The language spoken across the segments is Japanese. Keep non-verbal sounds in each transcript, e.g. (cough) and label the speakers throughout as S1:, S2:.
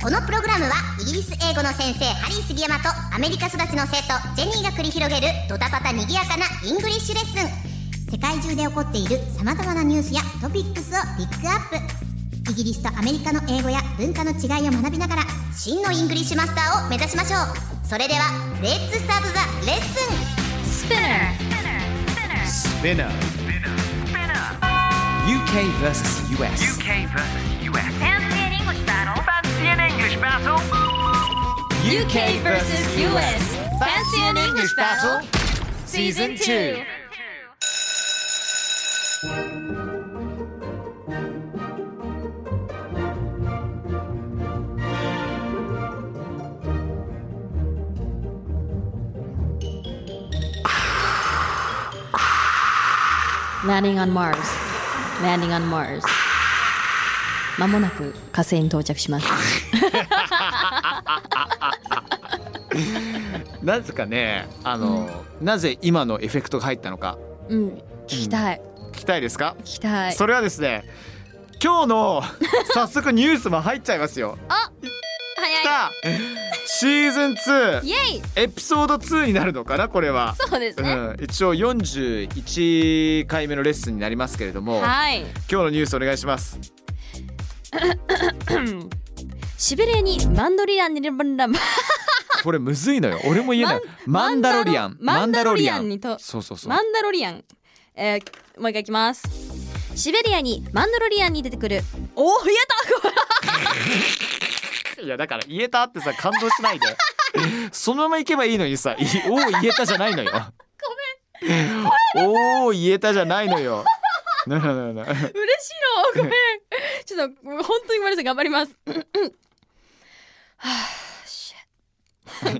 S1: このプログラムはイギリス英語の先生ハリー杉山とアメリカ育ちの生徒ジェニーが繰り広げるドタパタにぎやかなイングリッシュレッスン世界中で起こっている様々なニュースやトピックスをピックアップイギリスとアメリカの英語や文化の違いを学びながら真のイングリッシュマスターを目指しましょうそれではレッツスタートザレッスン
S2: Spinner. UK versus US.
S3: UK versus US. Fancy an English battle. Fancy an English battle.
S2: UK versus US. Fancy an English battle? Season 2.
S4: まもなく火星に到着します
S2: なぜかね、あの、なぜ今のエフェクトが入ったのか
S4: うん聞きたい
S2: 聞きたいですか、
S4: 聞きたい
S2: それはですね、今日
S4: (laughs)
S2: の早速ニュースも入っちゃいますよ。
S4: 早
S2: 来たシーズン2
S4: イエイ
S2: エピソード2になるのかなこれは。
S4: そうですね、
S2: うん、一応41回目のレッスンになりますけれども今
S4: はい
S2: 日のニュースお願いします
S4: シベリアにマンドリランにマンダ
S2: これむずいのよ俺も言えないマンダロリアン
S4: マンダロリアンにと
S2: そうそうそう
S4: マンダロリアン、えー、もう一回いきますシベリアにマンダロリアンに出てくるおお増えたこれ
S2: いやだから言えたってさ感動し
S4: (laughs)
S2: ないでそのまま行けばいいのにさい「おお言えた」じゃないのよ。ごめん。おお言えたじゃないのよ。なななな
S4: (laughs) 嬉しいのごめんちょっともう本当にごめんなさい頑張ります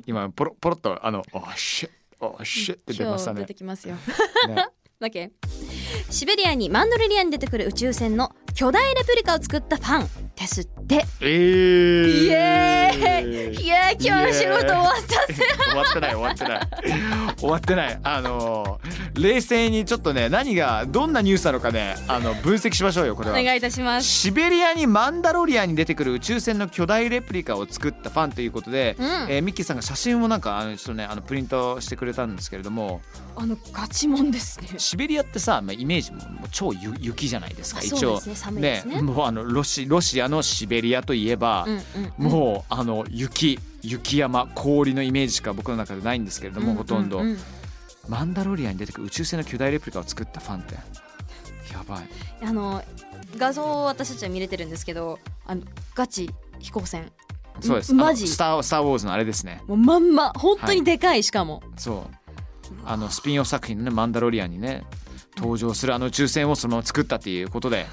S2: 今ポロポロっとあの「おっしゃおっしゃ」って出
S4: 今
S2: ました
S4: 日
S2: ね
S4: 出て。きますよ
S2: ね
S4: だけシベリアにマンドリリアンに出てくる宇宙船の巨大レプリカを作ったファンですって
S2: えー、
S4: イエーイいやー今日の仕事終わったぜ
S2: 終わってない終わってない終わってないあのー冷静にちょっとね何がどんなニュースなのかねあの分析しましょうよこれ
S4: お
S2: は。
S4: 願いいたします
S2: シベリアにマンダロリアンに出てくる宇宙船の巨大レプリカを作ったファンということで、
S4: うん
S2: えーミッキーさんが写真をなんかあのちょっとねあのプリントしてくれたんですけれども
S4: あのガチモンですね
S2: シベリアってさ、まあ、イメージももう超ゆ雪じゃないですか
S4: あ
S2: 一
S4: そう
S2: 応
S4: ですね寒いですね
S2: もうあのロシロシアのシベリアといえば
S4: うん、うん
S2: もうあの雪雪山氷のイメージしか僕の中でないんですけれども、ほとんど、
S4: ううう
S2: マンダロリアンに出てくる宇宙船の巨大レプリカを作ったファンってやばい
S4: あの画像を私たちは見れてるんですけどあのガチ飛行船
S2: そうです
S4: マ
S2: あの
S4: ジ
S2: スター・スター・ウォーズのあれですね
S4: もうまんま本当にでかい、しかも
S2: そうあのスピンオフ作品のね「マンダロリアン」にね登場するあの宇宙船をそのまま作ったっていうことで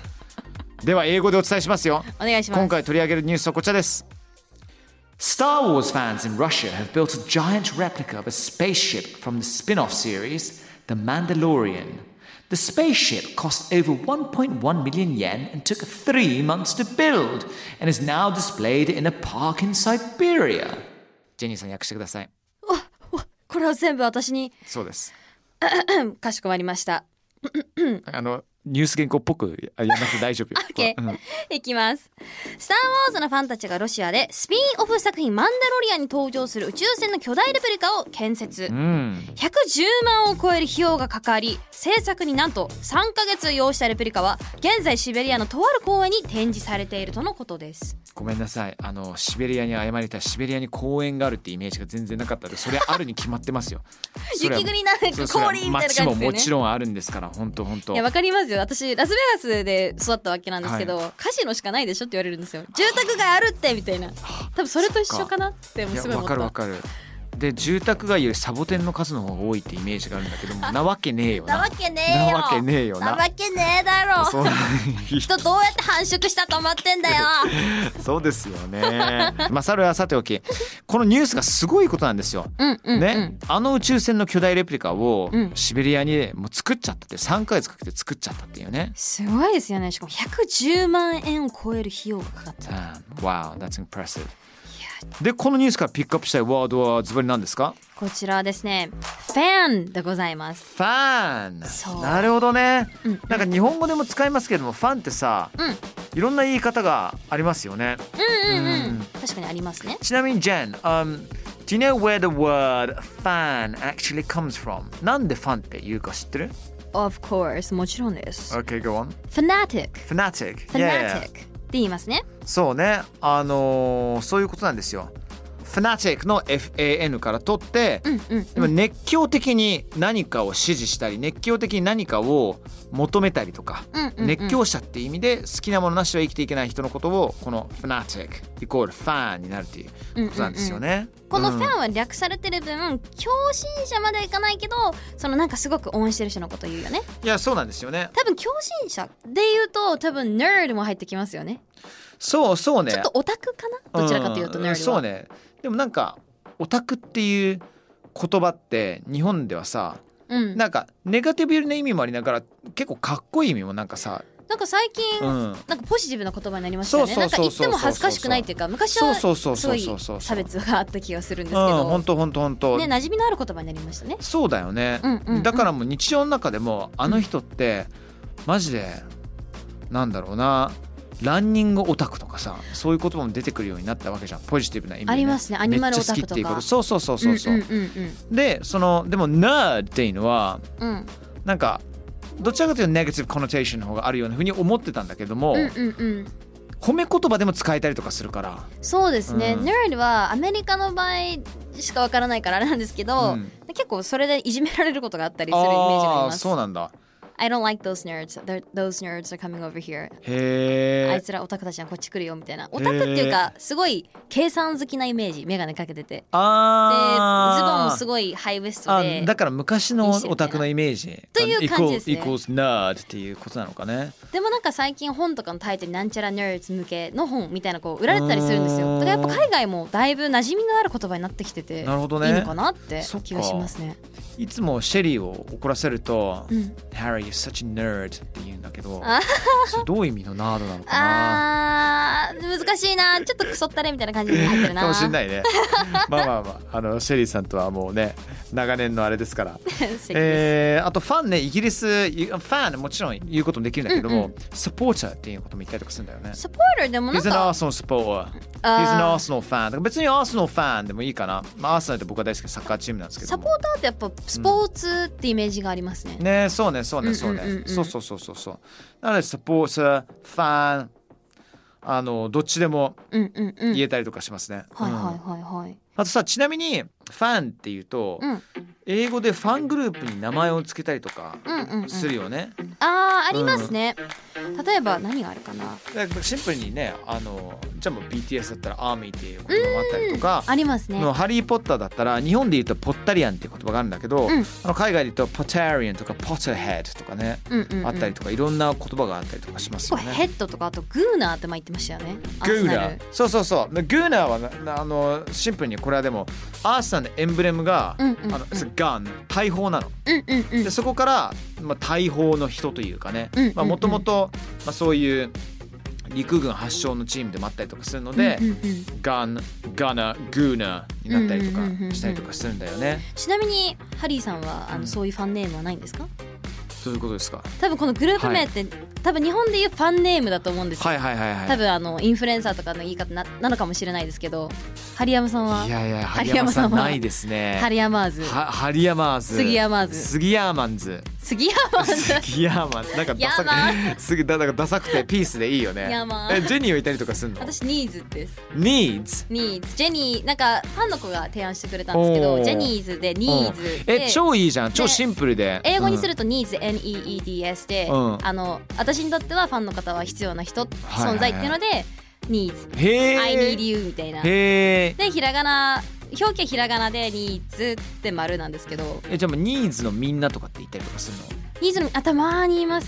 S2: では英語でお伝えしますよ
S4: お願いします
S2: 今回取り上げるニュースはこちらです「Star Wars fans in Russia have built a giant replica of a spaceship from the spin-off series The Mandalorian」The spaceship cost over 1.1 million yen and took three months to build and is now displayed in a park in Siberia. Mm. ジェニーさん訳してください。
S4: これは全部私に
S2: そうです。
S4: うんかしこまりました (laughs)
S2: あのニュース原稿っぽくやんなくて大 (laughs) 丈夫よ。
S4: OK いきますスター・ウォーズのファンたちがロシアでスピンオフ作品「マンダロリアン」に登場する宇宙船の巨大レプリカを建設
S2: うん。
S4: 110万を超える費用がかかり制作になんと3ヶ月要したレプリカは現在シベリアのとある公園に展示されているとのことです
S2: ごめんなさい。あのシベリアに謝りたい。シベリアに公園があるってイメージが全然なかったので、それあるに決まって
S4: (laughs)
S2: ますよ。それは
S4: 雪国なんで
S2: そうそれは
S4: 氷みたいな感じで
S2: 街
S4: すよね
S2: ももちろんあるんですから、本当本当。
S4: いやわかりますよ私ラスベガスで育ったわけなんですけど、カジノしかないでしょって言われるんですよ住宅街あるってみたいな多分それと一緒かなってもう
S2: いや
S4: すごい
S2: わ
S4: 思っ
S2: かるわ
S4: た
S2: かる。で住宅街よりサボテンの数の方が多いってイメージがあるんだけどもなわけねえよ
S4: な
S2: な
S4: わけねえよ
S2: なわけねえよな
S4: なわけねえだろ
S2: そう
S4: 人どうやって繁殖したと思ってんだよ (laughs)
S2: そうですよね (laughs) まあそれはさておきこのニュースがすごいことなんですよ、
S4: うんうん、うん、
S2: ね、あの宇宙船の巨大レプリカを
S4: うん
S2: シベリアにもう作っちゃったって3ヶ月かけて作っちゃったっていうね。
S4: すごいですよねしかも110万円を超える費用がかかったいや
S2: Damn, wow, that's impressive. でこのニュースからピックアップしたいワードはズバリなんですか
S4: こちらはですねファンでございます
S2: ファ
S4: そ
S2: ン
S4: う
S2: なるほどね、
S4: うん
S2: なんか日本語でも使いますけどもファンってさ、
S4: うん
S2: いろんな言い方がありますよね
S4: うんうんうん、
S2: うん
S4: 確かにありますね
S2: ちなみにジェン、um, Do you know where the word fan actually comes from? なんでファンって言うか知ってる
S4: Of course もちろんです、
S2: ?Okay, go on.
S4: Fanatic
S2: Fanatic.
S4: Fanatic って言いますね
S2: そうねあのーそういうことなんですよ。Fanatic の FAN から取って、
S4: うんうん
S2: でも熱狂的に何かを支持したり熱狂的に何かを求めたりとか、
S4: うんうんうん
S2: 熱狂者って意味で好きなものなしは生きていけない人のことをこの Fanatic イコールファンになるっていうことなんですよね。
S4: この
S2: う
S4: フ
S2: ん
S4: ァンは略されてる分、共振者まではいかないけどそのなんかすごく応援してる人のこと言うよね
S2: いやそうなんですよね。
S4: 多分共振者で言うと多分 nerd も入ってきますよね
S2: そうそうね。
S4: ちょっとオタクかなどちらかというと nerd
S2: ん
S4: は、
S2: そうねでもなんかオタクっていう言葉って日本ではさ
S4: うん、な
S2: なんかネガティブな意味もありながら結構かっこいい意味もなんかさ、
S4: んか最近、
S2: うん、
S4: なんかポジティブな言葉になりましたよね
S2: そ
S4: な
S2: うんそ
S4: か
S2: うそ
S4: 言
S2: うそう
S4: っても恥ずかしくないっていうか昔
S2: そう
S4: は
S2: そうそう
S4: す
S2: そ
S4: ご
S2: う
S4: い
S2: そうそう
S4: 差別があった気がするんですけ
S2: うん
S4: ど、
S2: 本当本当本当、
S4: ね馴染みのある言葉になりましたね
S2: そうだよね、
S4: うんうんうん
S2: だからもう日常の中でもあの人ってマジでなんだろうなランニングオタクとかさそういう言葉も出てくるようになったわけじゃんポジティブな意味でね、
S4: ありますねアニマルオタクとか
S2: めっちゃ好きっていうことそうそうそうそうそう、
S4: んうんうん
S2: でそのでも「nerd」っていうのは
S4: うんうん
S2: なんかどちらかというとネガティブコノテーションの方があるようなふうに思ってたんだけども、
S4: うんうんうん
S2: 褒め言葉でも使えたりとかするから、
S4: そうですね、
S2: うん
S4: nerd はアメリカの場合しかわからないからあれなんですけ
S2: う
S4: ど、
S2: ん
S4: 結構それでいじめられることがあったりするイメージがあり
S2: ああ
S4: ま
S2: ー
S4: す
S2: そうなんだ
S4: I don't like those nerds They're- those nerds are coming over here あ
S2: へ
S4: い
S2: え
S4: つらオタクたちはこっち来るよみたいなオタクっていうかすごい計算好きなイメージ眼鏡かけててでズ
S2: あ
S4: ボンも
S2: ー
S4: すごいハイウエスト
S2: あ
S4: で
S2: だから昔のオタクのイメージ
S4: という感じですね
S2: イコール nerd っていうことなのかね
S4: でもなんか最近本とかのタイトルなんちゃら nerds 向けの本みたいなこう売られてたりするんです
S2: うーん
S4: よだからやっぱ海外もだいぶ馴染みのある言葉になってきてて
S2: なるほどね
S4: いいのかなって
S2: そっか
S4: 気がしますね
S2: いつもシェリーを怒らせると
S4: うん
S2: 「Harry you're such a nerd」って言うんだけど
S4: あ
S2: それどういう意味の nerd なのかな
S4: (laughs) あー難しいなちょっとクソったれみたいな感じに入ってるな
S2: かもし
S4: (laughs)
S2: れないねまあまあまああのシェリーさんとはもうね長年のあれですから
S4: 素敵です
S2: えーあとファンねイギリスいファンもちろん言うこともできるんだけども、
S4: うん
S2: サポーターっていうことも言ったりとかするんだよね。
S4: サポーターでもなん
S2: He's an
S4: か
S2: Arsenal supporter. He's
S4: あー
S2: an Arsenal fan. だから別に Arsenal fan でもいいかな。まあ、Arsenal って僕は大好きなサッカーチームなんですけど
S4: サ
S2: も
S4: ポーターってやっぱスポーツってイメージがありますね。
S2: ねそうね、そうね、そう
S4: うんうんうん
S2: ね
S4: う。ん
S2: そうそうそうそうそう。なので、サポーター、ファン、あの、どっちでも
S4: うんうんうん。
S2: 言えたりとかしますね。
S4: はい
S2: うん
S4: はいはいはい。
S2: あとさ、ちなみに、ファンっていうと、
S4: うん
S2: 英語でファングループに名前をつけたりとか
S4: うんうんうん。
S2: するよね。
S4: ああありますね。例えば何があるかな。
S2: だからシンプルにねあのじゃあもう BTS だったら「アーミー」っていう言葉もあったりとか。
S4: ありますね
S2: もう。ハリー・ポッターだったら日本で言うと「ポッタリアン」っていう言葉があるんだけど、
S4: ん
S2: あの海外で言うと「ポタリアン」とか「ポターヘッド」とかね、
S4: うんうんうん
S2: あったりとかいろんな言葉があったりとかします
S4: 結構
S2: よ
S4: ヘ
S2: ね。
S4: ッドとかあとグーナーって前言ってましたよね。
S2: グーナ
S4: アス
S2: ーそうそうそうでグーナーはななあのシンプルにこれはでもアーサーのエンブレムが、
S4: うんうんうん
S2: あの it's a gun 大砲なの。
S4: ナルうんうんうん
S2: で。そこから、まあ、大砲の人というかね
S4: うんうんうん
S2: もともとそういう陸軍発祥のチームでもあったりとかするので、
S4: うんうんうん
S2: ガン、ガナ、グーナーになったりと
S4: うんうんうんうんう
S2: か
S4: ん
S2: したりとかするんだよね。
S4: ちなみにハリーさんはあのそういうファンネームはないんですか
S2: どういうことですか
S4: 多分このグループ名って、多分日本でいうファンネームだと思うんですよ、
S2: はいはいはい
S4: 多
S2: は。
S4: 分あのインフルエンサーとかの言い方ななのかもしれないですけどハリヤムさんはい
S2: いやいや、ハ
S4: 針
S2: リヤマ
S4: 山
S2: さ
S4: さ
S2: ん
S4: んは
S2: ないですね。
S4: ハリヤマーズ
S2: はハリヤマーズ。
S4: 杉山ーズ
S2: 杉ヤーマンズ。
S4: 杉山さん
S2: 杉ヤーマンズ。なんかダサ
S4: ヤー
S2: く、すぐだなんかダサくてピースでいいよね。
S4: ヤーマン
S2: え、ジェニーはいたりとかするの
S4: (laughs) 私ニーズです。
S2: ?Needs。
S4: ニーズジェニーなんかファンの子が提案してくれたんですけ
S2: おー
S4: どジェニーズでニー
S2: うん
S4: ズで
S2: え、超いいじゃん。超シンプルで。
S4: 英語にす
S2: る。
S4: るとニーズ NEEDS で、
S2: うん
S4: あの私にとってはファンの方は必要な人、
S2: いはいはい
S4: 存在っていうのでニーズ
S2: へ
S4: I need
S2: え。
S4: you みたいなで
S2: へえ。
S4: ひらがな表記はひらがなでニーズって丸なんですけど
S2: えじゃあもうニーズのみんなとかって言ったりとかするの
S4: ニーズのあたまにいます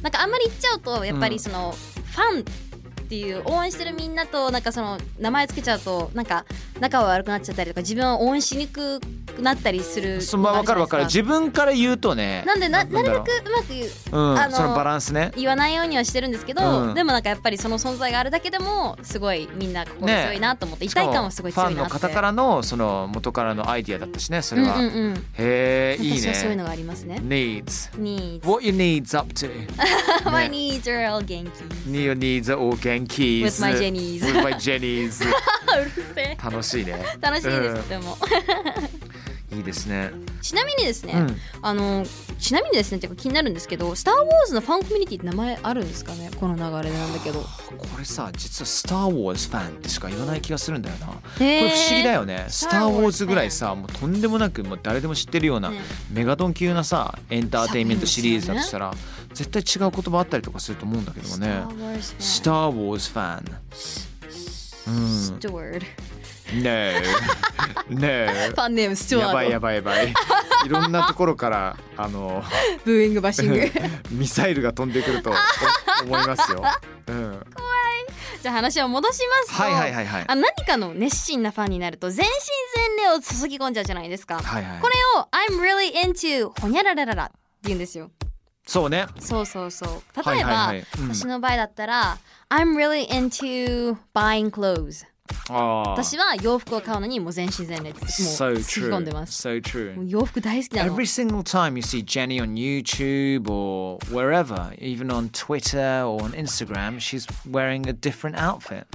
S4: なんかあんまり言っちゃうとやっぱ
S2: うん
S4: りその、ファンっていう応援してるみんなとなんかその名前つけちゃうとなんか仲は悪くなっちゃったりとか自分は応援しにくくなったりする
S2: そまあ、
S4: の
S2: 分かる分かる
S4: あじゃ
S2: 自分から言うとね
S4: ないですかなんでななる
S2: だろ
S4: べくうまく言う
S2: う、うん
S4: あの
S2: そのバランスね
S4: 言わないようにはしてるんですけど、
S2: うん
S4: でもなんかやっぱりその存在があるだけでもすごいみんな心
S2: ね
S4: 強いなと思って、一体感はすごい強いなって
S2: しかもファンの方からのその元からのアイディアだったしねそれは、
S4: うんうんうん
S2: へえいい
S4: 私は
S2: ね
S4: そういうのがありますね
S2: needs
S4: needs
S2: what your needs up to ね
S4: (laughs) my needs are all 元気
S2: Your needs are all genkies
S4: With my jennies.
S2: with my jennies
S4: (laughs) あうるせえ
S2: 楽しいね
S4: 楽しいです、でも
S2: うんいいですね
S4: (laughs) ちなみにですね、
S2: うん
S4: あのちなみにですねっていうか気になるんですけど「スター・ウォーズ」のファンコミュニティって名前あるんですかねこの流れなんだけど
S2: これさ実は「スター・ウォーズ」ファンってしか言わない気がするんだよな、
S4: へー
S2: これ不思議だよね「スター・ウォーズ」
S4: Star Wars
S2: ぐらいさもうとんでもなくもう誰でも知ってるような、
S4: ね
S2: メガドン級なさエンターテインメントシリーズだとしたら、絶対違う言葉あったりとかすると思うんだけども
S4: スタ
S2: ね
S4: ー・ウォー
S2: 「
S4: ズフ
S2: ス
S4: ァン
S2: ター・ウォーズ」ファン
S4: スチュワード
S2: No No
S4: ファンネームスチュワー
S2: や
S4: ド
S2: ばいやばいやばいいろんなところからあの
S4: ブーイングバッシン (laughs) グ
S2: ミサイルが飛んでくるとお思いますよ、うん、
S4: じゃあ話を戻しますと、
S2: はいはいはいはい
S4: あの何かの熱心なファンになると全身全霊を注ぎ込んじゃうじゃないですか、
S2: はいはい
S4: これを「I'm really into ほにゃらららら」って言うんですよ
S2: そうね
S4: そうそうそう
S2: はい
S4: 例えば、
S2: はいはいうん
S4: 私の場合だったら「I'm really into buying clothes」
S2: ああ
S4: 私は洋服を買うのにもう全身全霊もう
S2: so
S4: 突き
S2: true
S4: 込んでます。
S2: so true
S4: もう洋服大好きなの。
S2: Every single time you see Jenny on YouTube or wherever, even on Twitter or on Instagram, she's wearing a different outfit.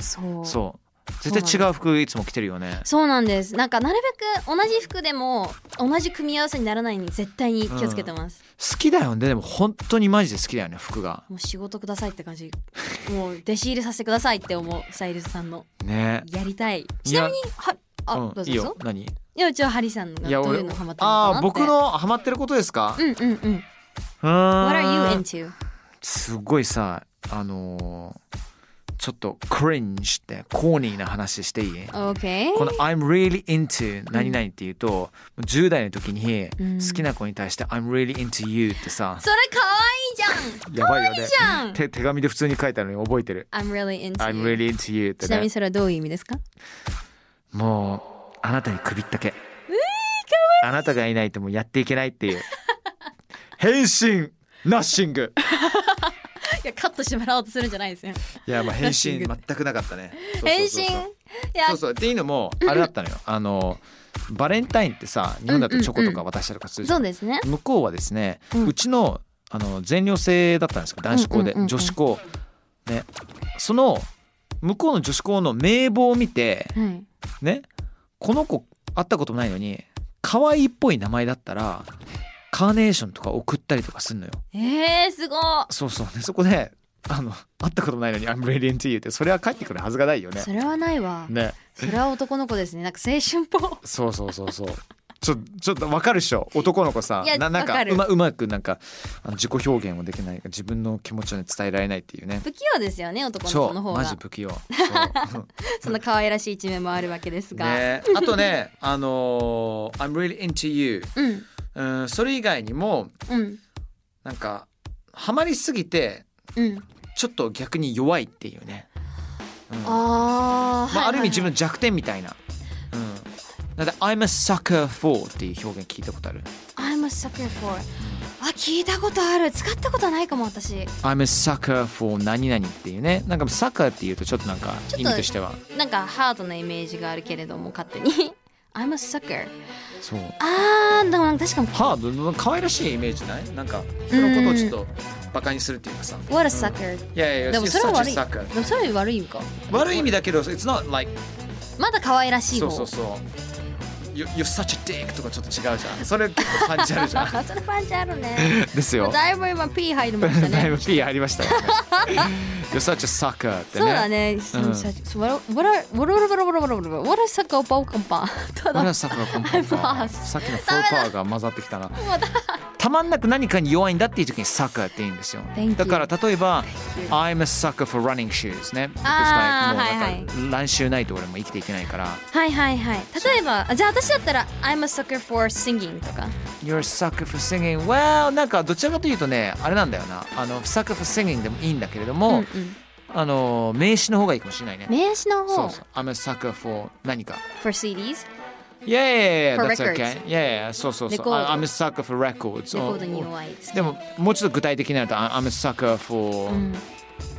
S4: そう。そう
S2: そう。絶対違う服いつも着てるよね。
S4: なんです。なんかなるべく同じ服でも同じ組み合わせにならないように絶対に気をつけてます。
S2: 好きだよね。でも本当にマジで好きだよね、服が。
S4: もう仕事くださいって感じ。もう弟子入りさせてくださいって思うスタイリストさんの
S2: ね。
S4: やりたい。ちなみにはあ、
S2: うん
S4: どうぞ
S2: いい
S4: どう
S2: よ
S4: ぞ。。
S2: 何
S4: いやうちはハリーさんが
S2: いや
S4: どうい
S2: 俺
S4: うのハマってるのか
S2: あ
S4: な
S2: あ、
S4: って。
S2: 僕。のハマってることですか
S4: うんうんうん。
S2: うーん
S4: What are you into?
S2: すごいさ、あのーちょっとクリンジってコーニーな話していい
S4: Okay.
S2: この「I'm really into 何々」っていうと、もう10代の時に
S4: ん
S2: 好きな子に対して「I'm really into you」ってさ、
S4: それ可愛いじ
S2: やばいよね
S4: ゃん。じ
S2: 手手紙で普通に書いたのに覚えてる
S4: ゃん。I'm really
S2: 「
S4: into.
S2: I'm
S4: you.
S2: really into you」って
S4: ちなみ
S2: ね
S4: にそれはどういう意味ですか？
S2: もうあなたに首ったけあなたがいないともうやっていけないっていう (laughs) 変身ナッシング
S4: いやカットしてもらおうとするんじゃないですよ。
S2: い (laughs) やまあ変身
S4: ナッシング
S2: 全くなかったねそうそう
S4: 変
S2: そう
S4: 身
S2: そう
S4: いや
S2: そうそうっていうのもあれだったのよあのバレンタインってさ日本だとチョコとか渡したりとかするじゃん
S4: そうですね。
S2: 向こうはですね、う
S4: うん
S2: ちのあの全寮制だったんですけど男子校で、
S4: うんうんうんうん
S2: 女子校ねその向こうの女子校の名簿を見て
S4: はい。
S2: ねこの子会ったこともないのに可愛いっぽい名前だったらカーネーションとか送ったりとかするのよ
S4: えー、すごい。
S2: そうそうねそこであの会ったこともないのに「I'm ready to you」ってそれは帰ってくるはずがないよね
S4: それはないわ。
S2: ね
S4: それは男の子ですね。なんか青春っぽ。
S2: そうそうそうそう。ちょちょっとわかるっしょ男の子さ
S4: いや
S2: ななん
S4: わ
S2: か
S4: かる
S2: うまうまくなんかあの自己表現をできない自分の気持ちをね、伝えられないっていうね
S4: (laughs) 不器用ですよね、男の
S2: そ
S4: 子の方
S2: うマジ
S4: が。
S2: 不器
S4: (laughs)
S2: 用そう
S4: そんな可愛らしい一面もあるわけですが。
S2: ねあとねあのー I'm really into you」
S4: うん
S2: うんそれ以外にも
S4: うん
S2: なんかハマりすぎて
S4: うん。
S2: ちょっと逆に弱いっていうね、うん
S4: あー
S2: まあ、ある意味自。
S4: は
S2: 分
S4: いはいはい
S2: の弱点みたいな、うん、だって「I'm a sucker for」っていう表現聞いたことある
S4: I'm a sucker for. あ聞いたことある。使ったことないかも私。
S2: I'm a sucker for 何々っていうねなんかサッカーっていうとちょっとなんか
S4: ちょっと
S2: 意味としては
S4: なんかハードなイメージがあるけれども勝手に。I'm a sucker.
S2: そう
S4: あーでも確かに。
S2: ハード可愛らしいイメージないなんか人のことをちょっとバカにするっていうかさ
S4: What a sucker.
S2: いやいや
S4: でもそれは
S2: you're such
S4: 悪
S2: a
S4: い。で
S2: sucker
S4: もそれは悪い意味か。
S2: 悪い意味だけど It's not like
S4: まだ可愛らしい
S2: そ
S4: 方。
S2: うそうそう You- You're such a dick とかちょっと違うじゃんそれ結構パンチあるじゃん
S4: それパンチあるね。
S2: ですよ
S4: (laughs) だいぶ今 P 入りました
S2: だい
S4: ね
S2: ぶ。P 入りました
S4: (laughs)
S2: よね You're such a sucker ってね
S4: そうだね。そう
S2: うん
S4: そうわらわらわらわらわらわらわらわらわらさかおぱおかんぱ。た
S2: 俺
S4: だ
S2: はサッカーコンパンパー
S4: (laughs) I'm lost
S2: さっきのフォーパワーが混ざってきたな
S4: もうだ
S2: たまんなく何かに弱いんだっていう時にサッカーっていいんですよ
S4: Thank you.
S2: だから例えば「I'm a sucker for running shoes ね」Because
S4: あー
S2: like もうなんか
S4: はい
S2: 乱臭ないと俺も生きていけないから
S4: はいはいはい例えばあじゃあ私だったら「I'm a sucker for singing」とか
S2: 「You're a sucker for singing」well なんかどちらかというとねあれなんだよな「あの sucker for singing」でもいいんだけれども、
S4: うんうん
S2: あの名詞の方がいいかもしれないね
S4: 名詞の
S2: そ
S4: 方
S2: うそう「I'm a sucker for 何か」
S4: for CDs
S2: Yeah, yeah, yeah,
S4: For
S2: that's okay.
S4: records.
S2: Yeah, yeah, そうそうそう。
S4: Record.
S2: I- I'm a sucker for records.
S4: レコードに弱い
S2: でも、もうちょっと具体的になると、I- I'm a sucker for...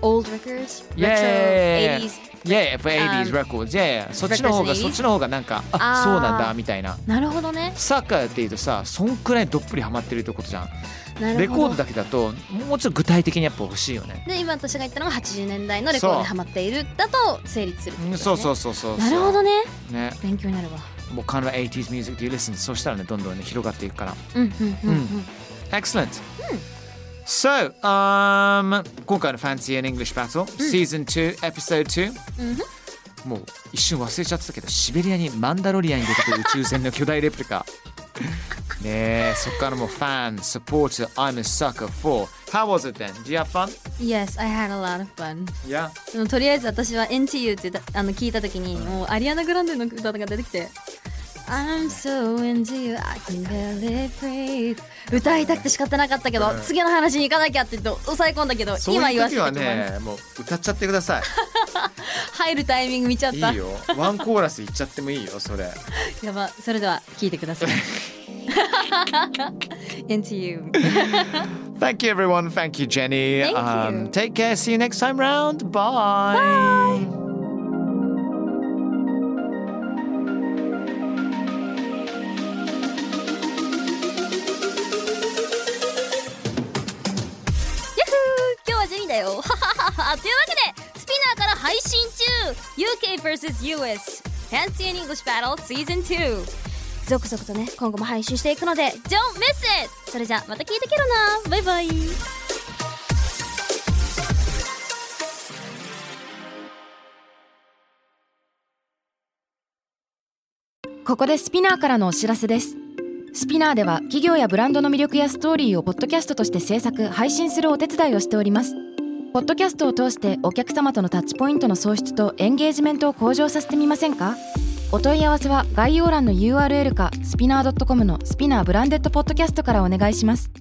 S4: old records retro
S2: Yeah, yeah, yeah.
S4: 80s
S2: Yeah, yeah, for 80s records. Yeah, yeah. そっちの方が、
S4: records
S2: そ
S4: in
S2: っちの方がなんか、
S4: あ
S2: あ
S4: ー
S2: そうなんだ、みたいな。
S4: なるほどね
S2: サッカーっていうとさ、そんくらいどっぷりハマってるってことじゃん。
S4: な
S2: レ
S4: るほ
S2: コー
S4: ど
S2: ドだけだと、もうちょっと具体的にやっぱ欲しいよね。
S4: で今私が言ったのが80年代のレコードにハマっているだと成立するって
S2: うん
S4: ことです、ね、
S2: そうそうそうそうそう。
S4: なるほど
S2: ね。
S4: ね
S2: ね。
S4: 勉強になるわ
S2: もう kind of 80s music, do you listen? そうしたらね、どんどんね、広がっていくから。
S4: うんうんうん、うん、
S2: Excellent.
S4: Hmm.
S2: So, um, 今回の Fancy in English Battle、Season 2
S4: Hmm.
S2: Episode 2、も
S4: Mm-hmm.
S2: う一瞬忘れちゃってたけどシベリアにマンダロリアに出てくる宇宙船の巨大レプリ (laughs) カねえそっからもうファン、supporter, I'm a sucker for How was it then? Do you have fun?
S4: Yes, I had a lot of fun.
S2: Yeah
S4: でもとりあえず私は NTU ってだあの聞いたときに、もうアリアナ・グランデの歌が出てきて I'm so into you, I can barely breathe 歌いたくて仕方なかったけど、次の話に行かなきゃって言って抑え込んだけど
S2: そう
S4: 今
S2: い
S4: 言
S2: う
S4: わ
S2: 時
S4: せた
S2: は
S4: と思います、
S2: ねもう歌っちゃってくだ
S4: (laughs)
S2: さい
S4: 入るタイミング見ちゃっ
S2: い
S4: た
S2: いよワンコーラスいっちゃってもいいよそれ
S4: やばそれでは聞いてく
S2: (laughs)
S4: ださい (laughs) NTU
S2: Thank you, everyone. Thank you, Jenny.
S4: Thank
S2: um,
S4: you.
S2: Take care. See you next time round. Bye.
S4: Yahoo! 今日はジェニーだよははははというわけでスピナーから配信中 UKVSUS Fancy and English Battle Season 2続々とね今後も配信していくので Don't miss it! それじゃあまた聞いてけろなバイバイ
S5: ここでスピナーからのお知らせですスピナーでは企業やブランドの魅力やストーリーをポッドキャストとして制作配信するお手伝いをしておりますポッドキャストを通してお客様とのタッチポイントの創出とエンゲージメントを向上させてみませんかお問い合わせは概要欄の URL かスピナー .com のスピナーブランデッドポッドキャストからお願いします